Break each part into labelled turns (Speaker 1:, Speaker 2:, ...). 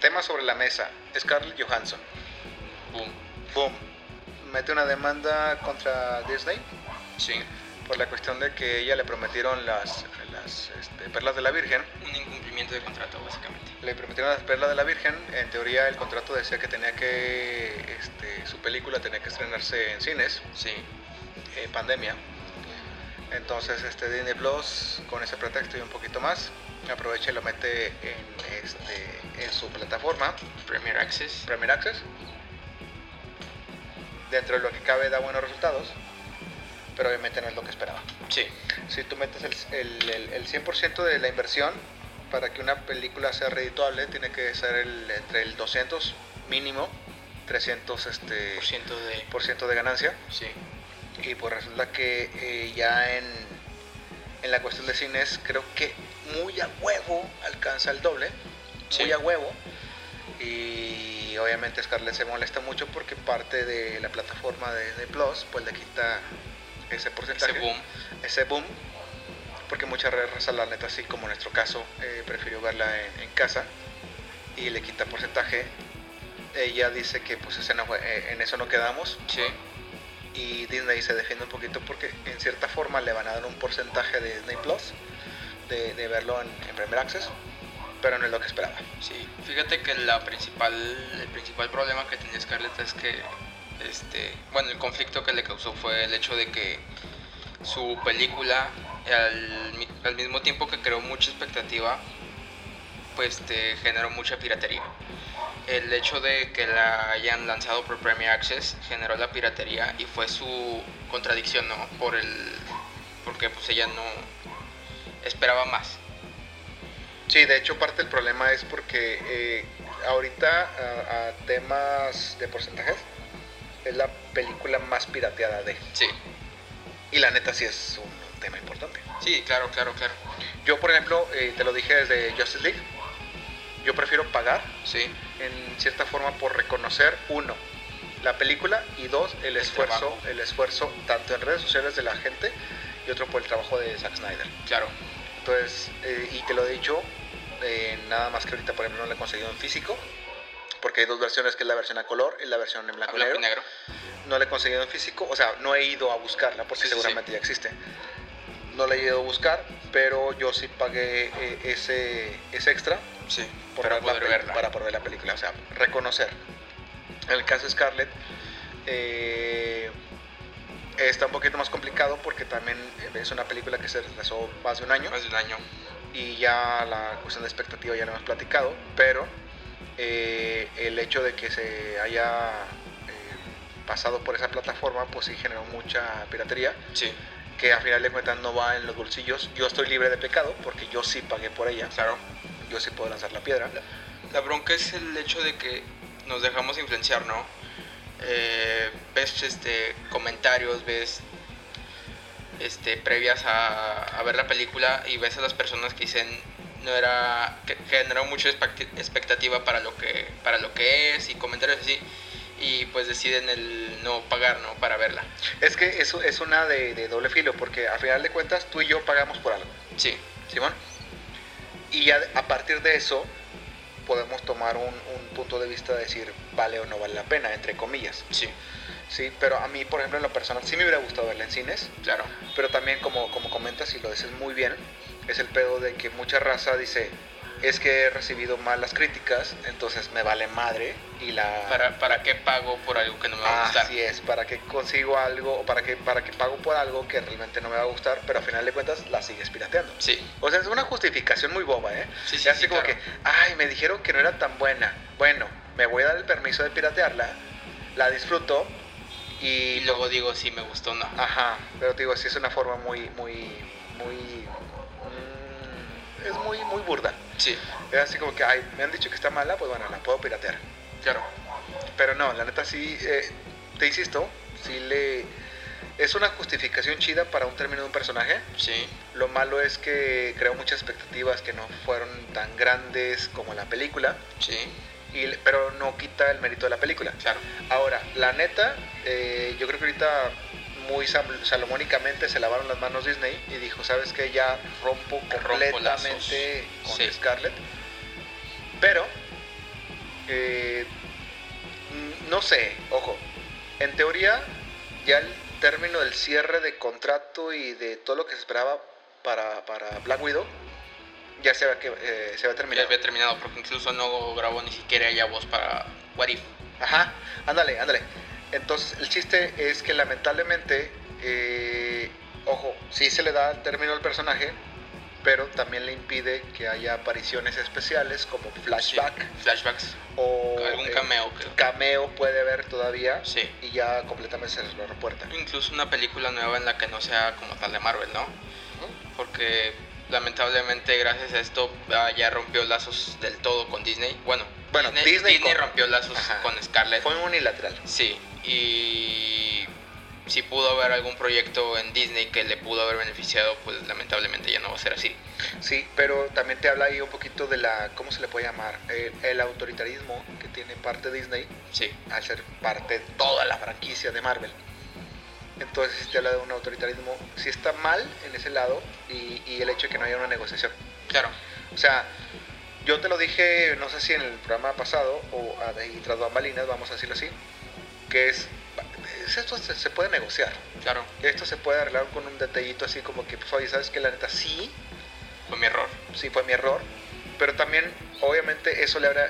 Speaker 1: Tema sobre la mesa, Scarlett Johansson.
Speaker 2: Boom.
Speaker 1: Boom. Mete una demanda contra Disney
Speaker 2: Sí.
Speaker 1: por la cuestión de que ella le prometieron las, las este, perlas de la Virgen.
Speaker 2: Un incumplimiento de contrato, básicamente.
Speaker 1: Le prometieron las perlas de la Virgen. En teoría el contrato decía que tenía que... este, su película tenía que estrenarse en cines.
Speaker 2: Sí.
Speaker 1: eh, pandemia. Entonces este Disney Plus con ese pretexto y un poquito más aprovecha y lo mete en, este, en su plataforma
Speaker 2: Premier Access.
Speaker 1: Premier Access. Dentro de lo que cabe da buenos resultados, pero obviamente no es lo que esperaba.
Speaker 2: Sí.
Speaker 1: Si tú metes el, el- el- el 100% de la inversión para que una película sea redituable, tiene que ser el- entre el 200 mínimo, 300 este,
Speaker 2: Por ciento de...
Speaker 1: por ciento de ganancia.
Speaker 2: Sí.
Speaker 1: Y pues resulta que eh, ya en, en la cuestión de cines, creo que muy a huevo alcanza el doble.
Speaker 2: Sí.
Speaker 1: Muy a huevo. Y obviamente Scarlett se molesta mucho porque parte de la plataforma de, de Plus pues le quita ese porcentaje,
Speaker 2: Ese boom.
Speaker 1: ese boom, porque muchas razas, la neta, así como en nuestro caso, eh, prefirió verla en, en casa y le quita porcentaje. Ella dice que pues ese no fue- eh, en eso no quedamos,
Speaker 2: Sí.
Speaker 1: y Disney se defiende un poquito porque en cierta forma le van a dar un porcentaje de Disney Plus de, de verlo en, en Premier Access, pero no es lo que esperaba.
Speaker 2: Sí, fíjate que la principal, el principal problema que tenía Scarlett es que, este, bueno, el conflicto que le causó fue el hecho de que su película, al, mi- al mismo tiempo que creó mucha expectativa, pues te generó mucha piratería. El hecho de que la hayan lanzado por Premier Access generó la piratería y fue su contradicción, ¿no? Por el, porque pues ella no esperaba más.
Speaker 1: Sí, de hecho parte del problema es porque eh, ahorita a, a temas de porcentajes es la película más pirateada de...
Speaker 2: Sí,
Speaker 1: Y la neta sí es un tema importante.
Speaker 2: sí, claro, claro, claro.
Speaker 1: Yo, por ejemplo, eh, te lo dije desde Justice League, yo prefiero pagar
Speaker 2: Sí.
Speaker 1: en cierta forma por reconocer uno la película y dos el, esfuerzo
Speaker 2: trabajo.
Speaker 1: el esfuerzo tanto en redes sociales de la gente y otro por el trabajo de Zack Snyder
Speaker 2: Claro,
Speaker 1: entonces eh, y te lo he dicho eh, nada más que ahorita por ejemplo no lo he conseguido en físico porque hay dos versiones que es la versión a color y la versión en
Speaker 2: a
Speaker 1: blanco y
Speaker 2: blanco
Speaker 1: negro
Speaker 2: y negro.
Speaker 1: no la he conseguido en físico, o sea, no he ido a buscarla porque
Speaker 2: Sí, sí,
Speaker 1: seguramente ya existe. No la he ido a buscar, pero yo sí pagué eh, ese, ese extra
Speaker 2: Sí,
Speaker 1: por
Speaker 2: para
Speaker 1: ver la
Speaker 2: poder
Speaker 1: peli-
Speaker 2: verla.
Speaker 1: para poder ver la película, o sea, reconocer. En el caso de Scarlett, eh, está un poquito más complicado porque también eh, es una película que se retrasó más de un año
Speaker 2: Más de un año.
Speaker 1: y ya la cuestión de expectativa ya lo hemos platicado, pero eh, el hecho de que se haya eh, pasado por esa plataforma, pues sí generó mucha piratería,
Speaker 2: Sí,
Speaker 1: que a final de cuentas no va en los bolsillos. Yo estoy libre de pecado porque yo sí pagué por ella,
Speaker 2: claro.
Speaker 1: yo sí puedo lanzar la piedra.
Speaker 2: La bronca es el hecho de que nos dejamos influenciar, ¿no? Eh, ves este, comentarios, ves este, previas a, a ver la película y ves a las personas que dicen no era que generó mucha expecti- expectativa para lo que para lo que es y comentarios así y pues deciden el no pagar no para verla
Speaker 1: Es que eso es una de, de doble filo, porque a final de cuentas tú y yo pagamos por algo,
Speaker 2: sí
Speaker 1: Simón. Y ya a partir de eso podemos tomar un, un punto de vista de decir vale o no vale la pena, entre comillas.
Speaker 2: sí
Speaker 1: Sí, pero a mí, por ejemplo, en lo personal sí me hubiera gustado verla en cines,
Speaker 2: claro
Speaker 1: pero también como, como comentas y lo dices muy bien, es el pedo de que mucha raza dice, es que he recibido malas críticas, entonces me vale madre y la...
Speaker 2: para para qué pago por algo que no me va a gustar
Speaker 1: Así es, para que consigo algo, o para que, para que pago por algo que realmente no me va a gustar, pero al final de cuentas la sigues pirateando.
Speaker 2: sí
Speaker 1: O sea, es una justificación muy boba, ¿eh?
Speaker 2: Sí, sí,
Speaker 1: Y así
Speaker 2: sí,
Speaker 1: como
Speaker 2: claro.
Speaker 1: que, ay, me dijeron que no era tan buena. Bueno, me voy a dar el permiso de piratearla, la disfruto y...
Speaker 2: y luego digo si me gustó o no.
Speaker 1: Ajá, pero te digo, sí es una forma muy, muy, muy... mm, es muy, muy burda.
Speaker 2: Sí,
Speaker 1: Es así como que, ay, me han dicho que está mala, pues bueno, la puedo piratear.
Speaker 2: claro.
Speaker 1: Pero no, la neta sí, eh, te insisto, sí le... Es una justificación chida para un término de un personaje.
Speaker 2: Sí,
Speaker 1: Lo malo es que creó muchas expectativas que no fueron tan grandes como la película,
Speaker 2: sí,
Speaker 1: y, pero no quita el mérito de la película.
Speaker 2: claro.
Speaker 1: Ahora, la neta, eh, yo creo que ahorita muy sal- salomónicamente se lavaron las manos Disney y dijo, ¿sabes qué? Ya rompo
Speaker 2: Rompo
Speaker 1: completamente
Speaker 2: lazos.
Speaker 1: con
Speaker 2: Sí.
Speaker 1: Scarlett. Pero Eh, mm, no sé, ojo. En teoría, ya el término del cierre de contrato y de todo lo que se esperaba para, para Black Widow ya se había, que, eh, se había
Speaker 2: Ya
Speaker 1: terminado.
Speaker 2: había terminado, porque incluso no grabó ni siquiera ya voz para What If.
Speaker 1: Ajá, ándale, ándale. Entonces, el chiste es que lamentablemente, eh, ojo, sí se le da el término al personaje, pero también le impide que haya apariciones especiales como
Speaker 2: Sí,
Speaker 1: flashback
Speaker 2: flashbacks.
Speaker 1: o
Speaker 2: Algún
Speaker 1: eh,
Speaker 2: cameo, creo.
Speaker 1: cameo puede haber todavía
Speaker 2: Sí.
Speaker 1: y ya completamente se lo reporta.
Speaker 2: Incluso una película nueva en la que no sea como tal de Marvel, ¿no? Porque lamentablemente gracias a esto ah, ya rompió lazos del todo con Disney. Bueno,
Speaker 1: Bueno,
Speaker 2: Disney,
Speaker 1: Disney
Speaker 2: Disney
Speaker 1: con-
Speaker 2: rompió lazos
Speaker 1: Ajá.
Speaker 2: con Scarlett.
Speaker 1: Fue unilateral.
Speaker 2: Sí, y si pudo haber algún proyecto en Disney que le pudo haber beneficiado, pues lamentablemente ya no va a ser así.
Speaker 1: Sí, pero también te habla ahí un poquito de la, ¿cómo se le puede llamar? El, el autoritarismo que tiene parte Disney
Speaker 2: Sí,
Speaker 1: al ser parte de toda la franquicia de Marvel. Entonces te habla de un autoritarismo, si está mal en ese lado y, y el hecho de que no haya una negociación.
Speaker 2: claro.
Speaker 1: O sea, yo te lo dije, no sé si en el programa pasado o a- ahí tras bambalinas, vamos a decirlo así, que es, es esto se, se puede negociar.
Speaker 2: Claro,
Speaker 1: Esto se puede arreglar con un detallito así como que, pues oye, ¿sabes que La neta sí,
Speaker 2: fue mi error.
Speaker 1: sí fue mi error. Pero también, obviamente, eso le abre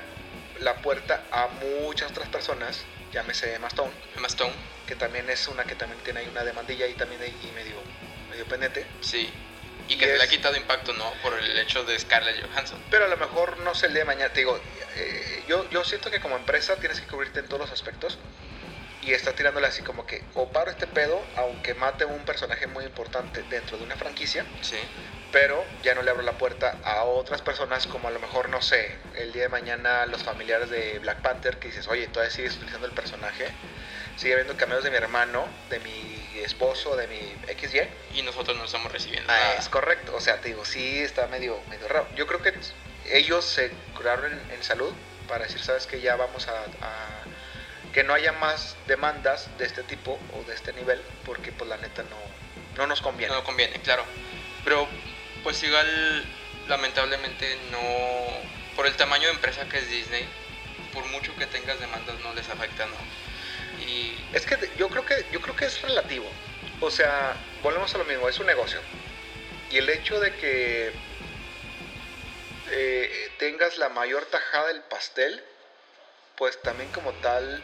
Speaker 1: la puerta a muchas otras personas, llámese Emma Stone,
Speaker 2: Emma Stone,
Speaker 1: que también es una que también tiene ahí una demandilla y también ahí medio, medio pendiente.
Speaker 2: sí. Y que
Speaker 1: Y
Speaker 2: se le ha
Speaker 1: es-
Speaker 2: quitado impacto, ¿no? Por el hecho de Scarlett Johansson.
Speaker 1: Pero a lo mejor no se lee mañana. Te digo, eh, yo, yo siento que como empresa tienes que cubrirte en todos los aspectos. Y está tirándole así como que o paro este pedo, aunque mate un personaje muy importante dentro de una franquicia,
Speaker 2: Sí,
Speaker 1: pero ya no le abro la puerta a otras personas como a lo mejor, no sé, el día de mañana los familiares de Black Panther que dices, oye, todavía sigues utilizando el personaje, sigue habiendo cameos de mi hermano, de mi esposo, de mi XY,
Speaker 2: y nosotros no estamos recibiendo
Speaker 1: Ah,
Speaker 2: nada.
Speaker 1: es correcto, o sea, te digo, sí está medio, medio raro. Yo creo que ellos se curaron en, en salud para decir, sabes que ya vamos a, a- que no haya más demandas de este tipo o de este nivel, porque pues la neta no, no nos conviene.
Speaker 2: No conviene, claro. Pero pues igual lamentablemente no por el tamaño de empresa que es Disney, por mucho que tengas demandas no les afecta, ¿no? Y
Speaker 1: Es que yo creo que yo creo que es relativo. O sea, volvemos a lo mismo, es un negocio. Y el hecho de que eh, tengas la mayor tajada del pastel, pues también como tal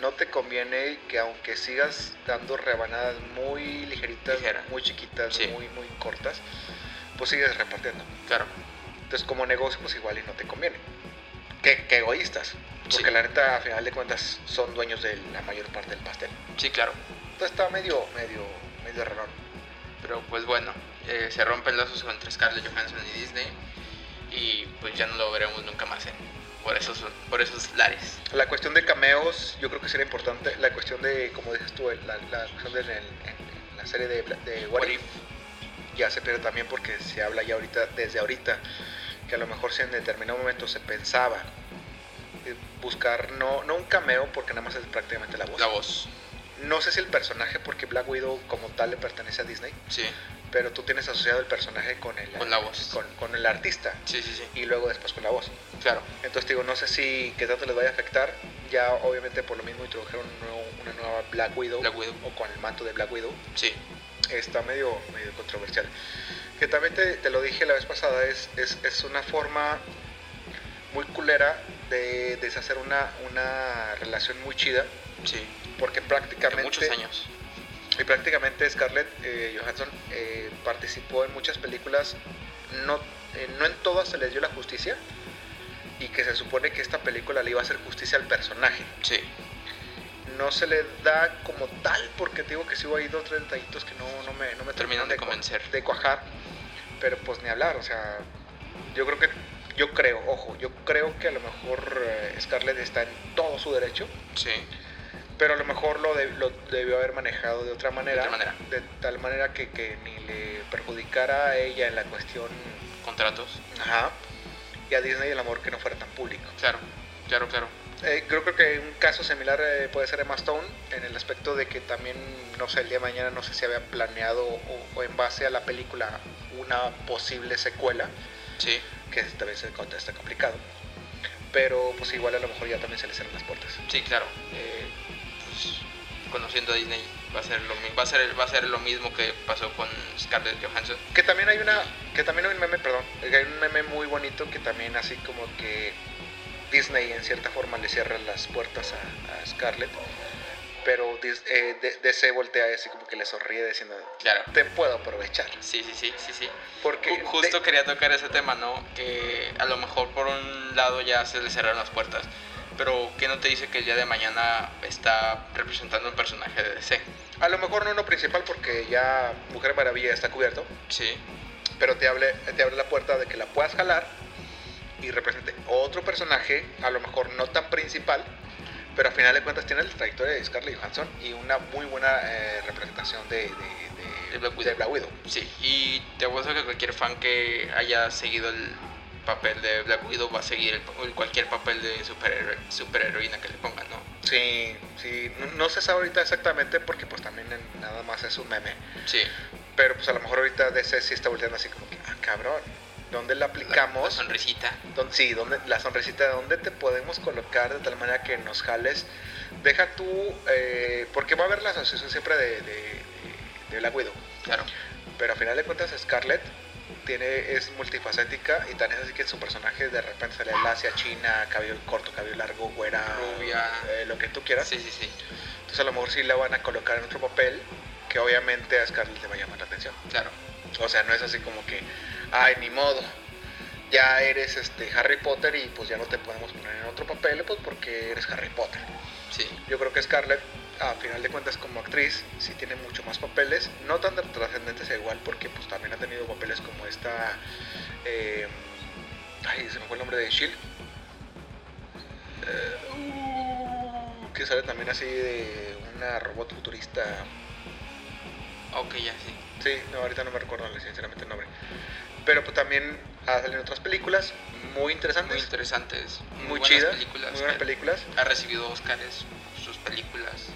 Speaker 1: no te conviene que aunque sigas dando rebanadas muy ligeritas,
Speaker 2: Ligera.
Speaker 1: muy chiquitas,
Speaker 2: Sí.
Speaker 1: muy muy cortas, pues sigues repartiendo.
Speaker 2: claro,
Speaker 1: Entonces como negocio pues igual y no te conviene. Qué, qué egoístas. Porque
Speaker 2: Sí.
Speaker 1: la neta a final de cuentas son dueños de la mayor parte del pastel.
Speaker 2: sí, claro.
Speaker 1: Entonces está medio, medio, medio raro.
Speaker 2: Pero pues bueno, eh, se rompen lazos entre Scarlett Johansson y Disney y pues ya no lo veremos nunca más en, por esos por esos lares.
Speaker 1: La cuestión de cameos, yo creo que sería importante. La cuestión de, como dices tú, el- la, la cuestión de en, en- en la serie de, Bla- de What
Speaker 2: What
Speaker 1: If,
Speaker 2: if?
Speaker 1: ya se pierde también porque se habla ya ahorita, desde ahorita, que a lo mejor si en determinado momento se pensaba eh, buscar no, no un cameo porque nada más es prácticamente la voz.
Speaker 2: la voz.
Speaker 1: No sé si el personaje porque Black Widow como tal le pertenece a Disney,
Speaker 2: Sí,
Speaker 1: pero tú tienes asociado el personaje con el
Speaker 2: Con la voz.
Speaker 1: con, con el artista
Speaker 2: sí, sí, sí.
Speaker 1: y luego después con la voz.
Speaker 2: Claro.
Speaker 1: Entonces digo, no sé si qué tanto les vaya a afectar. Ya obviamente por lo mismo introdujeron un nuevo- una nueva Black Widow,
Speaker 2: Black Widow.
Speaker 1: o con el manto de Black Widow.
Speaker 2: Sí.
Speaker 1: Está medio, medio controversial. Que también te, te lo dije la vez pasada, es, es, es una forma muy culera de deshacer una, una relación muy chida.
Speaker 2: Sí.
Speaker 1: Porque
Speaker 2: De
Speaker 1: prácticamente...
Speaker 2: muchos años.
Speaker 1: Y prácticamente Scarlett eh, Johansson eh, participó en muchas películas, no, eh, no en todas se les dio la justicia, y que se supone que esta película le iba a hacer justicia al personaje.
Speaker 2: Sí.
Speaker 1: No se le da como tal, porque te digo que sí hubo ahí dos tres detallitos que no, no me, no me
Speaker 2: Terminan de
Speaker 1: cua-
Speaker 2: convencer.
Speaker 1: De cuajar, pero pues ni hablar, o sea, yo creo que, yo creo, ojo, yo creo que a lo mejor eh, Scarlett está en todo su derecho
Speaker 2: Sí.
Speaker 1: pero a lo mejor lo, de- lo debió haber manejado de otra manera.
Speaker 2: otra manera.
Speaker 1: de tal manera que, que ni le perjudicara a ella en la cuestión.
Speaker 2: Contratos.
Speaker 1: Ajá. Y a Disney el amor que no fuera tan público.
Speaker 2: Claro, claro, claro.
Speaker 1: Eh, creo, creo que un caso similar eh, puede ser Emma Stone en el aspecto de que también, no sé, el día de mañana no sé si había planeado o, o en base a la película una posible secuela,
Speaker 2: Sí,
Speaker 1: que también se contesta complicado. pero pues igual a lo mejor ya también se le cierran las puertas.
Speaker 2: Sí, claro. eh, pues, conociendo a Disney va a ser lo mi- va a ser va a ser lo mismo que pasó con Scarlett Johansson.
Speaker 1: Que también hay una, que también hay un meme, perdón, que hay un meme muy bonito que también así como que Disney en cierta forma le cierra las puertas a, a Scarlett, pero Dis- eh, D- DC voltea y así como que le sonríe diciendo,
Speaker 2: Claro.
Speaker 1: te puedo aprovechar.
Speaker 2: Sí, sí, sí, sí, sí.
Speaker 1: Porque
Speaker 2: Ju- Justo
Speaker 1: de-
Speaker 2: quería tocar ese tema, ¿no? Que a lo mejor por un lado ya se le cerraron las puertas, pero ¿qué no te dice que el día de mañana está representando un personaje de DC?
Speaker 1: a lo mejor no uno principal porque ya Mujer Maravilla está cubierto,
Speaker 2: Sí,
Speaker 1: pero te abre, te abre la puerta de que la puedas jalar y represente otro personaje, a lo mejor no tan principal, pero al final de cuentas tiene la trayectoria de Scarlett Johansson y una muy buena eh, representación de, de, de-
Speaker 2: De Black Widow.
Speaker 1: de Black Widow.
Speaker 2: sí. Y te apuesto que cualquier fan que haya seguido el papel de Black Widow va a seguir el- el- cualquier papel de superhéroe, superheroína que le pongan, ¿no?
Speaker 1: Sí, sí, no, no se sabe ahorita exactamente porque pues también en- nada más es un meme,
Speaker 2: Sí.
Speaker 1: pero pues a lo mejor ahorita DC sí está volteando así como que, ah, cabrón, ¿dónde la
Speaker 2: La-
Speaker 1: aplicamos?
Speaker 2: la sonrisita.
Speaker 1: Don- sí, donde, la sonrisita, ¿dónde te podemos colocar de tal manera que nos jales? Deja tú, eh, porque va a haber la asociación siempre de, de, de- de Black Widow,
Speaker 2: Claro.
Speaker 1: pero al final de cuentas Scarlett tiene, es multifacética y tan es así que su personaje de repente sale del Asia, China, cabello corto, cabello largo, güera,
Speaker 2: Rubia.
Speaker 1: eh, lo que tú quieras.
Speaker 2: Sí, sí, sí.
Speaker 1: Entonces a lo mejor sí la van a colocar en otro papel que obviamente a Scarlett le va a llamar la atención.
Speaker 2: Claro.
Speaker 1: O sea, no es así como que, ay, ni modo. Ya eres este Harry Potter y pues ya no te podemos poner en otro papel pues porque eres Harry Potter.
Speaker 2: Sí.
Speaker 1: Yo creo que Scarlett, a final de cuentas como actriz, sí tiene mucho más papeles, no tan trascendentes al igual porque pues también ha tenido papeles como esta, eh, ay, se me fue el nombre de Shield, Eh, que sale también así de una robot futurista
Speaker 2: Ok, ya sí.
Speaker 1: Sí, no, ahorita no me recuerdo sinceramente el nombre. Pero pues también ha salido en otras películas muy interesantes,
Speaker 2: Muy
Speaker 1: muy,
Speaker 2: interesantes. Muy, buenas
Speaker 1: chidas,
Speaker 2: películas.
Speaker 1: muy buenas
Speaker 2: que-
Speaker 1: películas.
Speaker 2: ha recibido Óscares sus películas.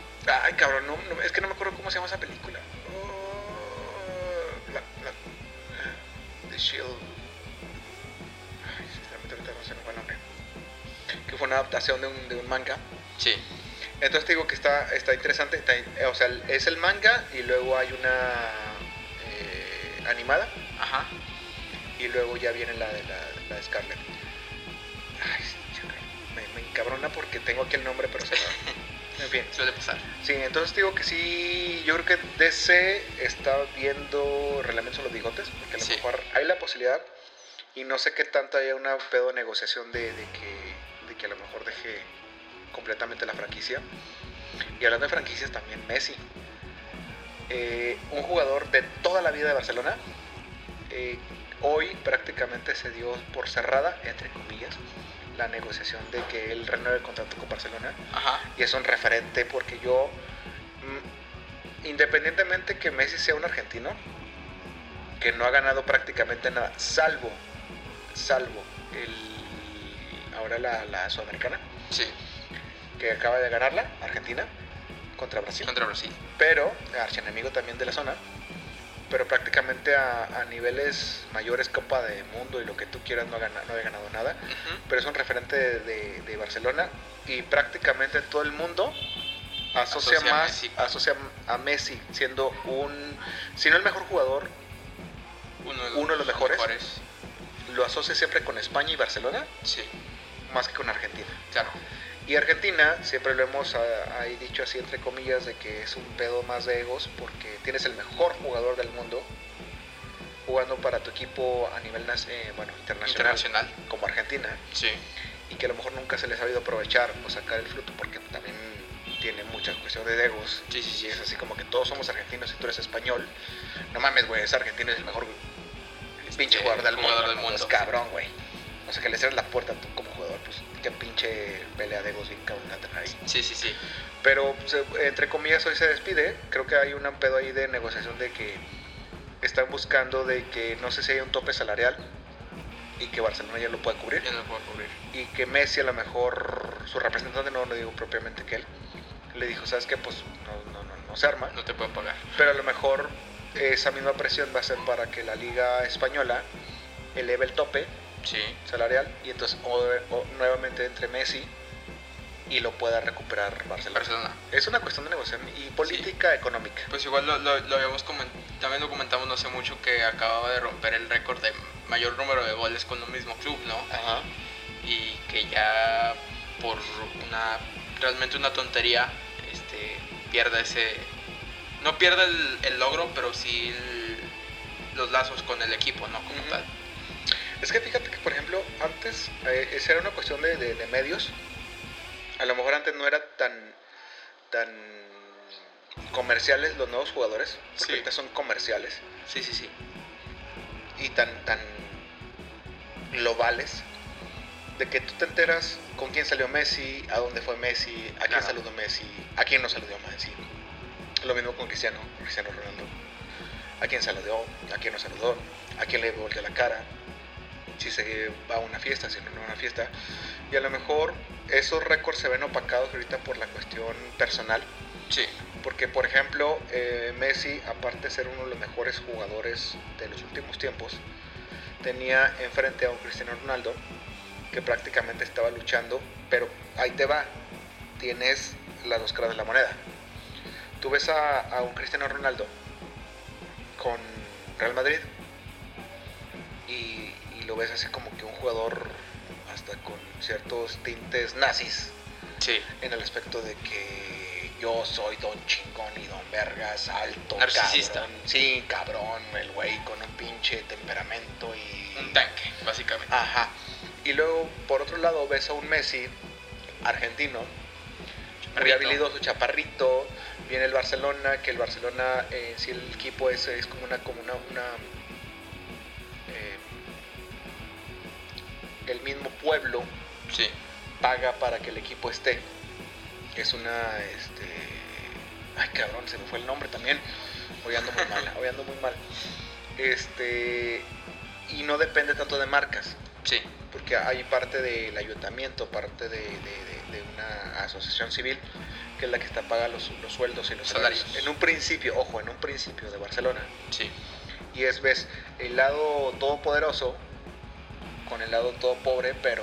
Speaker 1: Ay, cabrón, no, no, es que no me acuerdo cómo se llama esa película. Oh, la, la- The Shield. Ay, sinceramente ahorita no sé cuál nombre. Que fue una adaptación de un, de un manga.
Speaker 2: Sí,
Speaker 1: Entonces te digo que está, está interesante. está in- eh, o sea, es el manga y luego hay una eh, animada.
Speaker 2: ajá.
Speaker 1: Y luego ya viene la de la, la de Scarlett. Ay, sí, chaca, me, me encabrona porque tengo aquí el nombre, pero se me va. En fin.
Speaker 2: Suele pasar.
Speaker 1: Sí, entonces digo que sí, yo creo que DC está viendo reglamentos a los bigotes, porque a lo
Speaker 2: Sí.
Speaker 1: mejor hay la posibilidad y no sé qué tanto haya una pedo de negociación de, de que, de que a lo mejor deje completamente la franquicia. Y hablando de franquicias, también Messi. Eh, un jugador de toda la vida de Barcelona, eh, hoy prácticamente se dio por cerrada, entre comillas, la negociación de que él renueve el contrato con Barcelona
Speaker 2: Ajá.
Speaker 1: y es un referente porque yo, mm, independientemente que Messi sea un argentino, que no ha ganado prácticamente nada, salvo, salvo el, ahora la, la sudamericana,
Speaker 2: Sí,
Speaker 1: que acaba de ganarla, Argentina, contra Brasil,
Speaker 2: contra Brasil.
Speaker 1: pero archienemigo también de la zona, pero prácticamente a, a niveles mayores, Copa de Mundo y lo que tú quieras, no ha gana- no ha ganado nada
Speaker 2: Ujú.
Speaker 1: pero es un referente de, de- de Barcelona y prácticamente todo el mundo asocia,
Speaker 2: Asocia a
Speaker 1: más
Speaker 2: Messi.
Speaker 1: asocia a Messi siendo un si no el mejor jugador
Speaker 2: Uno de los,
Speaker 1: Uno de los mejores. lo asocia siempre con España y Barcelona
Speaker 2: Sí,
Speaker 1: más que con Argentina
Speaker 2: claro.
Speaker 1: y Argentina siempre lo hemos ah, ahí dicho así entre comillas de que es un pedo más de egos porque tienes el mejor jugador del mundo jugando para tu equipo a nivel nas- eh, bueno, internacional,
Speaker 2: Internacional.
Speaker 1: como Argentina
Speaker 2: Sí,
Speaker 1: y que a lo mejor nunca se les ha sabido aprovechar o sacar el fruto porque también tiene mucha cuestión de egos.
Speaker 2: sí, sí,
Speaker 1: Y
Speaker 2: sí.
Speaker 1: es así como que todos somos argentinos y tú eres español. No mames, güey, es argentino es el mejor pinche
Speaker 2: Este,
Speaker 1: jugador del mundo.
Speaker 2: jugador del
Speaker 1: no mames,
Speaker 2: mundo.
Speaker 1: cabrón, güey. O sea, que le cierres la puerta tú como jugador, pues qué pinche pelea de egos bien cabrón andan ahí.
Speaker 2: Sí, sí, sí.
Speaker 1: Pero, se- entre comillas, hoy se despide. Creo que hay un pedo ahí de negociación de que están buscando de que no sé si hay un tope salarial y que Barcelona ya lo pueda cubrir
Speaker 2: Yo no lo puedo cubrir.
Speaker 1: y que Messi a lo mejor su representante no lo digo propiamente que él le dijo sabes qué? pues no no no no se arma
Speaker 2: No te puedo pagar.
Speaker 1: pero a lo mejor esa misma presión va a ser para que la liga española eleve el tope
Speaker 2: Sí.
Speaker 1: salarial y entonces o- o nuevamente entre Messi y lo pueda recuperar Barcelona.
Speaker 2: Barcelona.
Speaker 1: Es una cuestión de negociación y política económica.
Speaker 2: Pues igual lo, lo- lo habíamos comen- también lo comentamos no hace mucho que acababa de romper el récord de mayor número de goles con un mismo club, ¿no?
Speaker 1: Ajá.
Speaker 2: Y que ya por una realmente una tontería este pierda ese no pierda el, el logro, pero sí el- los lazos con el equipo, ¿no? Como
Speaker 1: Ujú.
Speaker 2: tal.
Speaker 1: Es que fíjate que, por ejemplo, antes eh, esa era una cuestión de, de- de medios. A lo mejor antes no era tan, tan comerciales los nuevos jugadores. Porque
Speaker 2: Sí.
Speaker 1: ahorita son comerciales
Speaker 2: Sí, sí, sí.
Speaker 1: y tan, tan globales. De que tú te enteras con quién salió Messi, a dónde fue Messi, a quién
Speaker 2: Claro.
Speaker 1: saludó Messi, a quién no saludó Messi. Lo mismo con Cristiano, Cristiano Ronaldo. A quién saludó, a quién no saludó, a quién le volteó la cara, si se va a una fiesta, si no va a una fiesta. Y a lo mejor esos récords se ven opacados ahorita por la cuestión personal.
Speaker 2: Sí,
Speaker 1: Porque, por ejemplo, eh, Messi, aparte de ser uno de los mejores jugadores de los últimos tiempos, tenía enfrente a un Cristiano Ronaldo que prácticamente estaba luchando, pero ahí te va, tienes las dos caras de la moneda. Tú ves a, a un Cristiano Ronaldo con Real Madrid y, y lo ves así como que un jugador hasta con ciertos tintes nazis
Speaker 2: sí.
Speaker 1: en el aspecto de que yo soy don chingón y don vergas, alto,
Speaker 2: Narcisista.
Speaker 1: cabrón. Sí, cabrón, el güey con un pinche temperamento y...
Speaker 2: Un tanque, básicamente.
Speaker 1: Ajá. Y luego, por otro lado, ves a un Messi argentino, muy
Speaker 2: Chaparrito.
Speaker 1: habilidoso, chaparrito, viene el Barcelona, que el Barcelona, eh, si el equipo es, es como una... Como una, una, eh, el mismo pueblo
Speaker 2: Sí.
Speaker 1: paga para que el equipo esté. Es una, este... Ay, cabrón, se me fue el nombre también. Hoy ando muy mal, hoy ando muy mal. Este... Y no depende tanto de marcas,
Speaker 2: Sí.
Speaker 1: porque hay parte del ayuntamiento, parte de, de- de- de una asociación civil, que es la que está paga los, los sueldos y los
Speaker 2: Salarios.
Speaker 1: salarios. En un principio, ojo, en un principio de Barcelona.
Speaker 2: Sí.
Speaker 1: Y es, ves, el lado todopoderoso con el lado todo pobre, pero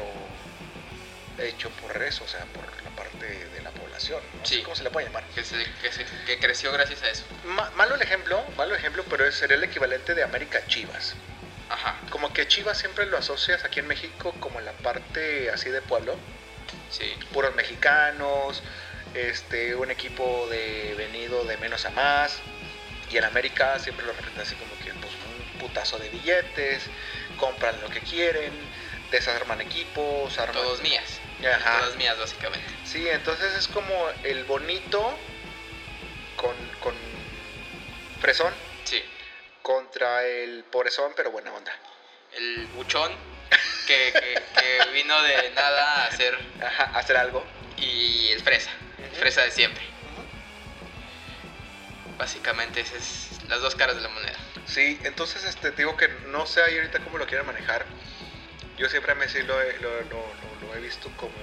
Speaker 1: hecho por eso, o sea, por la parte de la población. No
Speaker 2: Sí.
Speaker 1: sé cómo se le puede llamar.
Speaker 2: Que, se, que, se, que creció gracias a eso.
Speaker 1: Ma- malo el ejemplo, malo ejemplo, pero es- sería el equivalente de América a Chivas.
Speaker 2: Ajá.
Speaker 1: Como que Chivas siempre lo asocias aquí en México como la parte así de pueblo,
Speaker 2: Sí.
Speaker 1: puros mexicanos, este, un equipo de venido de menos a más. Y en América siempre lo representa así como que pues, un putazo de billetes, compran lo que quieren, desarman equipos, arman.
Speaker 2: Todos mías.
Speaker 1: Ajá.
Speaker 2: Todas mías, básicamente.
Speaker 1: Sí, entonces es como el bonito con, con fresón
Speaker 2: Sí.
Speaker 1: contra el pobrezón, pero buena onda.
Speaker 2: El buchón que, que- que vino de nada a hacer.
Speaker 1: Ajá, hacer algo.
Speaker 2: Y el fresa. El
Speaker 1: Ujú.
Speaker 2: fresa de siempre. Básicamente, esas es las dos caras de la moneda.
Speaker 1: Sí, entonces este, te digo que no sé ahí ahorita cómo lo quieran manejar. Yo siempre a Messi lo, he- lo- lo- lo- lo he visto como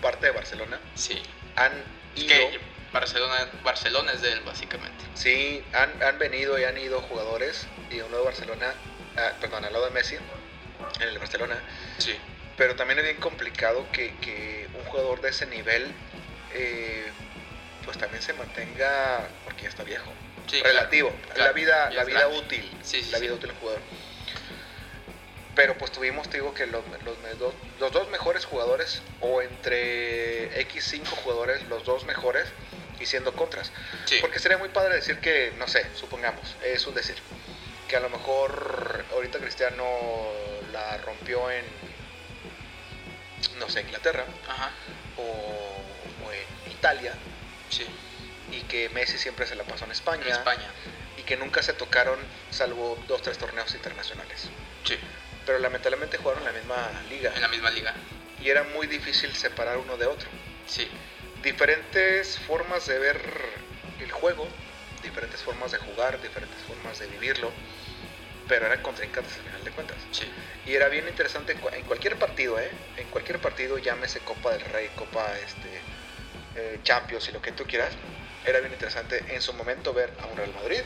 Speaker 1: parte de Barcelona.
Speaker 2: Sí.
Speaker 1: Han
Speaker 2: Es
Speaker 1: ido,
Speaker 2: que Barcelona, Barcelona es de él, básicamente.
Speaker 1: sí, han, han venido y han ido jugadores y uno de Barcelona, ah, perdón, al lado de Messi, en el Barcelona.
Speaker 2: Sí.
Speaker 1: Pero también es bien complicado que, que un jugador de ese nivel eh, pues también se mantenga, porque ya está viejo,
Speaker 2: Sí.
Speaker 1: relativo.
Speaker 2: claro,
Speaker 1: la vida,
Speaker 2: ya
Speaker 1: la
Speaker 2: es
Speaker 1: vida
Speaker 2: grande.
Speaker 1: útil.
Speaker 2: Sí, sí,
Speaker 1: la
Speaker 2: sí.
Speaker 1: vida útil del jugador. Pero pues tuvimos, te digo, que los, los me- do- los dos mejores jugadores, o entre X5 jugadores, los dos mejores, y siendo contras.
Speaker 2: Sí.
Speaker 1: Porque sería muy padre decir que, no sé, supongamos, es un decir, que a lo mejor ahorita Cristiano la rompió en, no sé, Inglaterra,
Speaker 2: Ajá.
Speaker 1: o, o en Italia,
Speaker 2: Sí.
Speaker 1: y que Messi siempre se la pasó en España,
Speaker 2: En España.
Speaker 1: y que nunca se tocaron salvo dos, tres torneos internacionales.
Speaker 2: Sí.
Speaker 1: Pero lamentablemente jugaron en la misma liga
Speaker 2: En la misma liga.
Speaker 1: y era muy difícil separar uno de otro.
Speaker 2: Sí.
Speaker 1: Diferentes formas de ver el juego, diferentes formas de jugar, diferentes formas de vivirlo, pero eran contrincantes al final de cuentas.
Speaker 2: Sí.
Speaker 1: Y era bien interesante en cua- en cualquier partido, ¿eh? En cualquier partido, llámese Copa del Rey, Copa este, eh, Champions y lo que tú quieras. Era bien interesante en su momento ver a un Real Madrid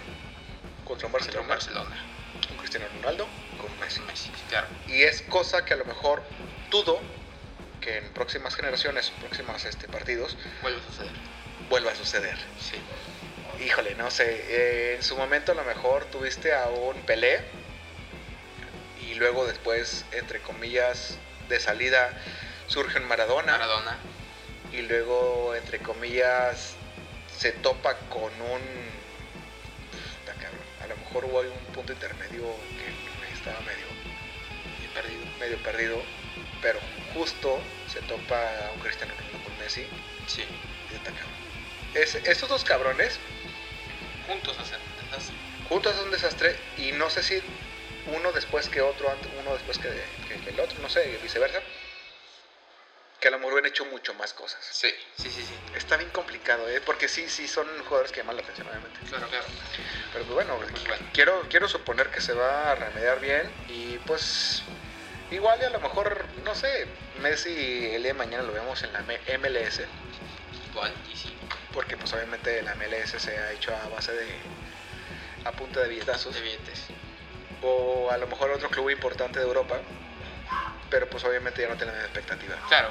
Speaker 1: contra un
Speaker 2: Contra
Speaker 1: Barcelona,
Speaker 2: un Barcelona.
Speaker 1: un Cristiano Ronaldo, con Messi.
Speaker 2: Messi, claro.
Speaker 1: Y es cosa que a lo mejor dudo que en próximas generaciones, próximos este, partidos,
Speaker 2: Vuelve a suceder.
Speaker 1: vuelva a suceder.
Speaker 2: Sí.
Speaker 1: Híjole, no sé, eh, en su momento a lo mejor tuviste a un Pelé y luego después, entre comillas, de salida surge un
Speaker 2: Maradona.
Speaker 1: y luego, entre comillas, se topa con un... Puta, cabrón. A lo mejor hubo ahí un punto intermedio que estaba medio,
Speaker 2: Y perdido.
Speaker 1: medio perdido, pero justo se topa a un Cristiano Ronaldo con Messi
Speaker 2: Sí.
Speaker 1: y está cabrón. Es- estos dos cabrones
Speaker 2: Juntos hacen. hacen-
Speaker 1: juntos es un desastre y no sé si uno después que otro, ant- uno después que, que el otro, no sé, y viceversa, que a lo mejor hubieran hecho mucho más cosas.
Speaker 2: Sí, sí, sí, sí.
Speaker 1: Está bien complicado, ¿eh? porque sí, sí, son jugadores que llaman la atención, obviamente.
Speaker 2: Claro, claro.
Speaker 1: Pero pues, bueno,
Speaker 2: Pues, bueno.
Speaker 1: Quiero, quiero suponer que se va a remediar bien y pues igual y a lo mejor, no sé, Messi el día de mañana lo vemos en la M- MLS,
Speaker 2: Igual, y sí.
Speaker 1: porque pues obviamente la MLS se ha hecho a base de... a punta de billetazos.
Speaker 2: De billetes.
Speaker 1: o a lo mejor otro club importante de Europa, pero pues obviamente ya no tenemos expectativa.
Speaker 2: Claro.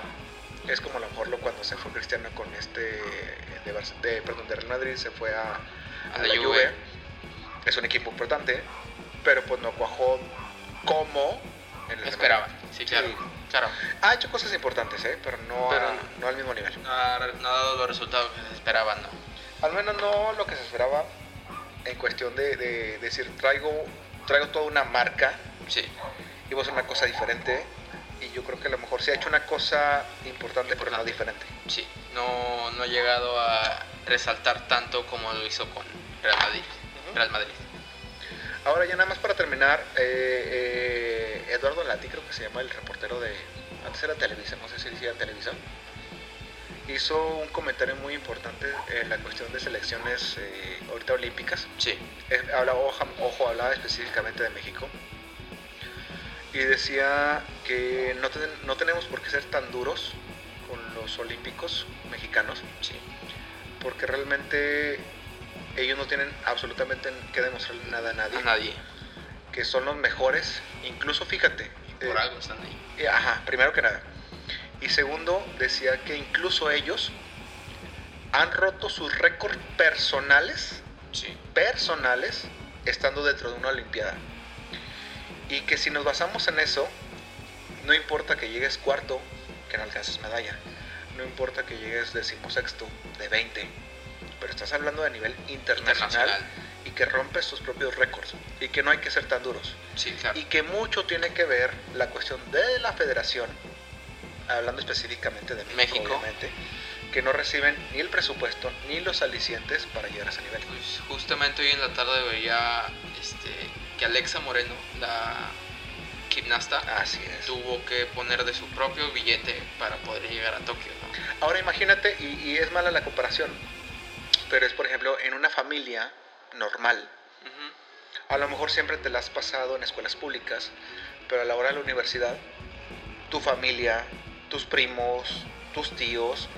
Speaker 1: Es como a lo mejor lo cuando se fue Cristiano con este de, Barce- de- perdón, de Real Madrid, se fue a,
Speaker 2: A la Juve.
Speaker 1: Es un equipo importante, pero pues no cuajó como en el
Speaker 2: Esperaban.
Speaker 1: Real
Speaker 2: Sí, claro. Claro.
Speaker 1: Madrid. Ha hecho cosas importantes, ¿eh? pero, no,
Speaker 2: Pero
Speaker 1: a-
Speaker 2: no.
Speaker 1: no al mismo nivel.
Speaker 2: No ha, no ha dado los resultados que se esperaban, ¿no?
Speaker 1: Al menos no lo que se esperaba en cuestión de, de decir traigo, traigo toda una marca
Speaker 2: Sí.
Speaker 1: y vos una cosa diferente. Y yo creo que a lo mejor se ha hecho una cosa importante, pero no
Speaker 2: Importante.
Speaker 1: diferente.
Speaker 2: Sí. No, no ha llegado a resaltar tanto como lo hizo con Real Madrid.
Speaker 1: Ujú.
Speaker 2: Real Madrid.
Speaker 1: Ahora ya nada más para terminar, eh, eh, Eduardo Lati, creo que se llama el reportero de... Antes era Televisa, no sé si decía Televisa. Hizo un comentario muy importante en la cuestión de selecciones eh, ahorita olímpicas.
Speaker 2: Sí.
Speaker 1: Eh, hablaba- oja- ojo, hablaba específicamente de México. Y decía que no, ten- no tenemos por qué ser tan duros con los olímpicos mexicanos,
Speaker 2: Sí.
Speaker 1: porque realmente ellos no tienen absolutamente que demostrar nada a nadie,
Speaker 2: A nadie.
Speaker 1: que son los mejores, incluso fíjate,
Speaker 2: Por
Speaker 1: eh,
Speaker 2: algo están ahí.
Speaker 1: eh, ajá, primero que nada. Y segundo, decía que incluso ellos han roto sus récords personales
Speaker 2: Sí.
Speaker 1: personales estando dentro de una Olimpiada. Y que si nos basamos en eso, no importa que llegues cuarto, que no alcances medalla. No importa que llegues decimosexto, de 20. Pero estás hablando de nivel internacional,
Speaker 2: Internacional.
Speaker 1: y que rompes tus propios récords. Y que no hay que ser tan duros.
Speaker 2: Sí, claro.
Speaker 1: Y que mucho tiene que ver la cuestión de la federación, hablando específicamente de México,
Speaker 2: México.
Speaker 1: obviamente, que no reciben ni el presupuesto ni los alicientes para llegar a ese nivel.
Speaker 2: Pues justamente hoy en la tarde veía este, que Alexa Moreno, la gimnasta,
Speaker 1: Así Ah, es.
Speaker 2: tuvo que poner de su propio billete para poder llegar a Tokio, ¿no?
Speaker 1: Ahora imagínate, y, y es mala la comparación, pero es por ejemplo en una familia normal.
Speaker 2: Ujú.
Speaker 1: A lo mejor siempre te la has pasado en escuelas públicas, pero a la hora de la universidad, tu familia, tus primos, tus tíos,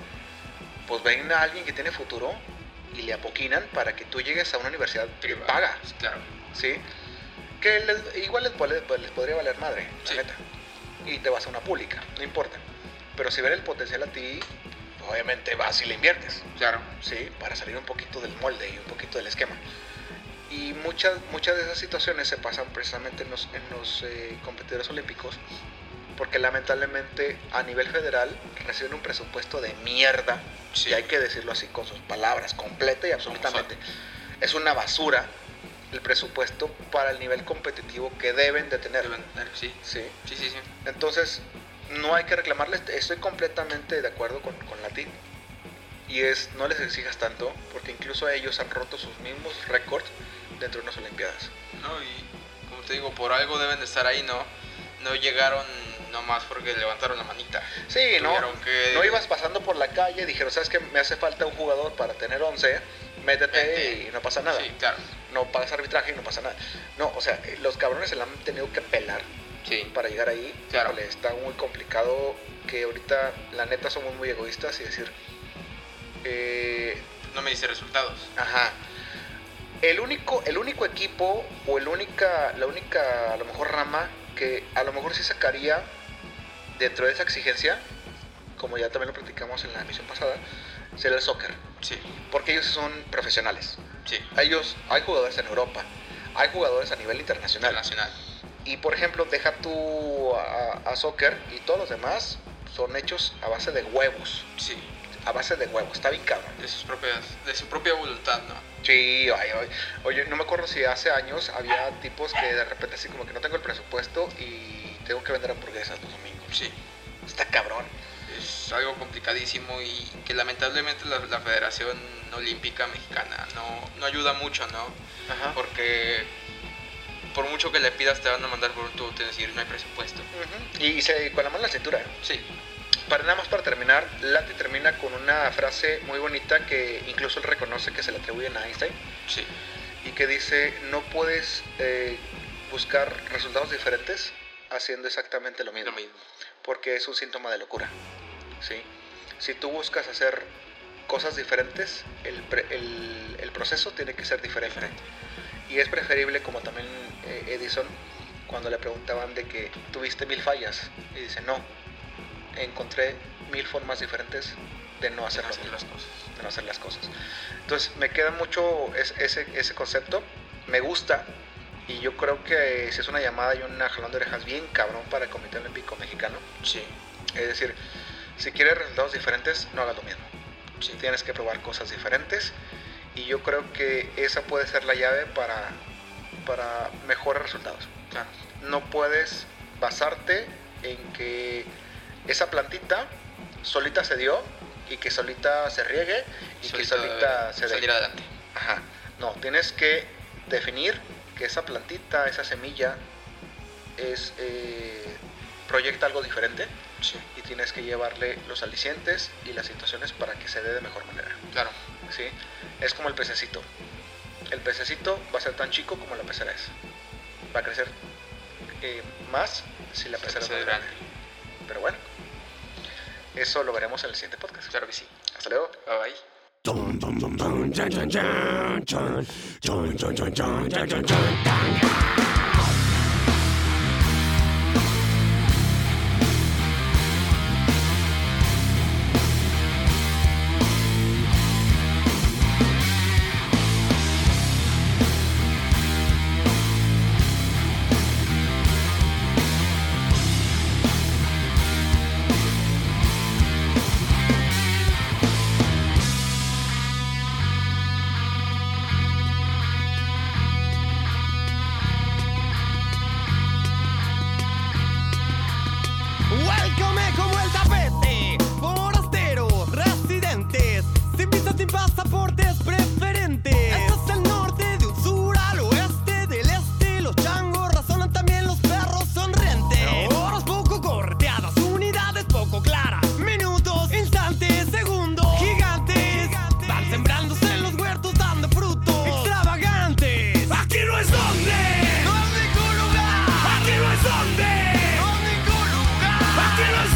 Speaker 1: pues ven a alguien que tiene futuro y le apoquinan para que tú llegues a una universidad que
Speaker 2: Privado.
Speaker 1: paga,
Speaker 2: Pues claro.
Speaker 1: ¿sí? Que les- igual les, vale- pues, les podría valer madre, la
Speaker 2: Sí.
Speaker 1: neta. Y te vas a una pública, no importa. Pero si ver el potencial a ti, pues, obviamente vas y le inviertes.
Speaker 2: Claro.
Speaker 1: ¿sí? Para salir un poquito del molde y un poquito del esquema. Y muchas, muchas de esas situaciones se pasan precisamente en los, en los eh, competidores olímpicos, porque lamentablemente a nivel federal reciben un presupuesto de mierda,
Speaker 2: Sí.
Speaker 1: y hay que decirlo así con sus palabras, completa y absolutamente. Es una basura el presupuesto para el nivel competitivo que deben de tener.
Speaker 2: Deben tener- sí.
Speaker 1: ¿sí?
Speaker 2: Sí, sí, sí.
Speaker 1: Entonces, no hay que reclamarles, estoy completamente de acuerdo con, con Latín. Y es, no les exijas tanto, porque incluso ellos han roto sus mismos récords dentro de unas Olimpiadas.
Speaker 2: No, y como te digo, por algo deben de estar ahí, ¿no? No llegaron nomás porque levantaron la manita.
Speaker 1: Sí, ¿no?
Speaker 2: Tuvieron que-
Speaker 1: No ibas pasando por la calle y dijeron, ¿sabes qué? Me hace falta un jugador para tener 11, métete
Speaker 2: Vete.
Speaker 1: y no pasa nada.
Speaker 2: Sí, claro.
Speaker 1: No pagas arbitraje y no pasa nada. No, o sea, eh, los cabrones se la han tenido que pelar
Speaker 2: Sí.
Speaker 1: para llegar ahí.
Speaker 2: Claro.
Speaker 1: Híjole, está muy complicado que ahorita, la neta, somos muy egoístas y decir, eh,
Speaker 2: No me dice resultados.
Speaker 1: Ajá. El único, el único equipo o el única, la única, a lo mejor, rama que a lo mejor sí sacaría dentro de esa exigencia, como ya también lo platicamos en la emisión pasada, sería el soccer.
Speaker 2: Sí,
Speaker 1: Porque ellos son profesionales.
Speaker 2: sí.
Speaker 1: Ellos, hay jugadores en Europa, hay jugadores a nivel internacional.
Speaker 2: Internacional.
Speaker 1: Y por ejemplo, deja tú a, a soccer y todos los demás son hechos a base de huevos.
Speaker 2: Sí.
Speaker 1: A base de huevos, está bien cabrón.
Speaker 2: De sus propias, de su propia voluntad, ¿no?
Speaker 1: Sí, ay, ay. oye, no me acuerdo si hace años había tipos que de repente así como que no tengo el presupuesto y tengo que vender hamburguesas los domingos.
Speaker 2: Sí.
Speaker 1: Está cabrón.
Speaker 2: Es algo complicadísimo y que lamentablemente la, la Federación Olímpica Mexicana no, no ayuda mucho, ¿no?
Speaker 1: Ajá.
Speaker 2: Porque por mucho que le pidas te van a mandar por un tubo y te van a decir no hay presupuesto.
Speaker 1: Ujú. y, se con la mano en la cintura.
Speaker 2: Sí,
Speaker 1: Para nada más para terminar, Lati termina con una frase muy bonita que incluso él reconoce que se le atribuyen a Einstein
Speaker 2: sí,
Speaker 1: y que dice no puedes eh, buscar resultados diferentes haciendo exactamente lo mismo.
Speaker 2: lo mismo.
Speaker 1: porque es un síntoma de locura. ¿sí? Si tú buscas hacer cosas diferentes, el, pre- el- el proceso tiene que ser diferente. Y es preferible, como también eh, Edison, cuando le preguntaban de que tuviste mil fallas, y dice, no, encontré mil formas diferentes de no hacer,
Speaker 2: Hacer
Speaker 1: lo
Speaker 2: hacer
Speaker 1: mismo"
Speaker 2: las cosas.
Speaker 1: de no hacer las cosas. Entonces me queda mucho es- ese, ese concepto, me gusta y yo creo que si es una llamada y una jalón de orejas bien cabrón para el Comité Olímpico Mexicano.
Speaker 2: Sí,
Speaker 1: Es decir, si quieres resultados diferentes, no hagas lo mismo.
Speaker 2: sí,
Speaker 1: Tienes que probar cosas diferentes y yo creo que esa puede ser la llave para, para mejores resultados.
Speaker 2: claro.
Speaker 1: No puedes basarte en que esa plantita solita se dio y que solita se riegue y que
Speaker 2: Solito
Speaker 1: solita
Speaker 2: debe
Speaker 1: se dé.
Speaker 2: salir adelante.
Speaker 1: Ajá. No, tienes que definir que esa plantita, esa semilla, es eh, proyecta algo diferente
Speaker 2: Sí,
Speaker 1: y tienes que llevarle los alicientes y las situaciones para que se dé de mejor manera.
Speaker 2: claro.
Speaker 1: ¿sí? Es como el pececito. El pececito va a ser tan chico como la pecera es. Va a crecer eh, más si la pecera es
Speaker 2: Ser
Speaker 1: más grande.
Speaker 2: grande.
Speaker 1: Pero bueno, eso lo veremos en el siguiente podcast.
Speaker 2: Claro que sí.
Speaker 1: Hasta luego.
Speaker 2: Bye bye.
Speaker 3: Dun dun dun dun dun dun dun dun dun dun dun dun dun dun dun.
Speaker 4: Welcome como el tapete, forastero, residentes, sin visas, sin pasaportes preferentes. Esto es el norte de Usura, al oeste del este, los changos razonan también los perros sonrientes. Horas poco corteadas, unidades poco claras, minutos, instantes, segundos, gigantes, van sembrándose en los huertos dando frutos extravagantes. Aquí no es donde, no es ningún lugar, aquí no es donde. Aquí no es este Pues